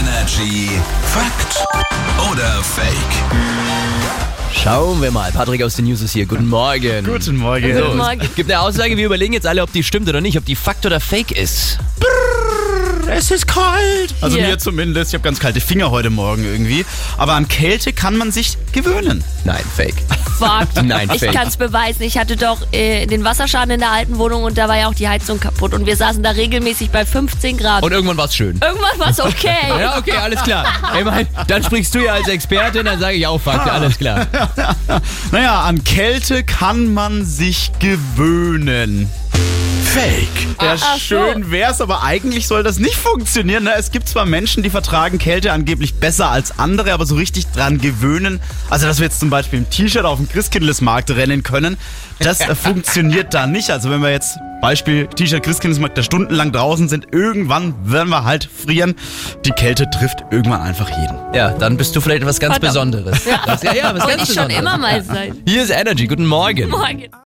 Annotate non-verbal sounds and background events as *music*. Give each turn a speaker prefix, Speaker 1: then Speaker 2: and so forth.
Speaker 1: Energy Fakt oder Fake?
Speaker 2: Schauen wir mal. Patrick aus den News ist hier. Guten Morgen.
Speaker 3: Guten Morgen.
Speaker 2: So,
Speaker 4: Guten Morgen.
Speaker 2: Es gibt eine Aussage, wir überlegen jetzt alle, ob die stimmt oder nicht, ob die Fakt oder Fake ist.
Speaker 3: Es ist kalt. Also
Speaker 4: Hier.
Speaker 3: mir zumindest. Ich habe ganz kalte Finger heute Morgen irgendwie. Aber an Kälte kann man sich gewöhnen.
Speaker 2: Nein, Fake.
Speaker 4: Fakt.
Speaker 2: *laughs* Nein,
Speaker 4: ich
Speaker 2: Fake.
Speaker 4: kann es beweisen. Ich hatte doch äh, den Wasserschaden in der alten Wohnung und da war ja auch die Heizung kaputt. Und wir saßen da regelmäßig bei 15 Grad.
Speaker 2: Und irgendwann war es schön. *laughs*
Speaker 4: Irgendwann war es okay.
Speaker 2: Ja, okay, alles klar. Ich mein, dann sprichst du ja als Expertin, dann sage ich auch Fakt, alles klar.
Speaker 3: Naja, an Kälte kann man sich gewöhnen.
Speaker 1: Fake.
Speaker 3: Ja,
Speaker 4: ach so.
Speaker 3: schön wär's, aber eigentlich soll das nicht funktionieren. Ne? Es gibt zwar Menschen, die vertragen Kälte angeblich besser als andere, aber so richtig dran gewöhnen, also dass wir jetzt zum Beispiel im T-Shirt auf den Christkindlesmarkt rennen können,
Speaker 4: *laughs*
Speaker 3: das äh, funktioniert da nicht. Also wenn wir jetzt Beispiel T-Shirt Christkindlesmarkt da stundenlang draußen sind, irgendwann werden wir halt frieren. Die Kälte trifft irgendwann einfach jeden.
Speaker 2: Ja, dann bist du vielleicht etwas ganz
Speaker 4: Verdammt.
Speaker 2: Besonderes. Ja, ja, was
Speaker 4: Wollte ich schon
Speaker 2: Besonderes.
Speaker 4: immer mal sein.
Speaker 2: Hier ist Energy. Guten Morgen.
Speaker 4: Morgen.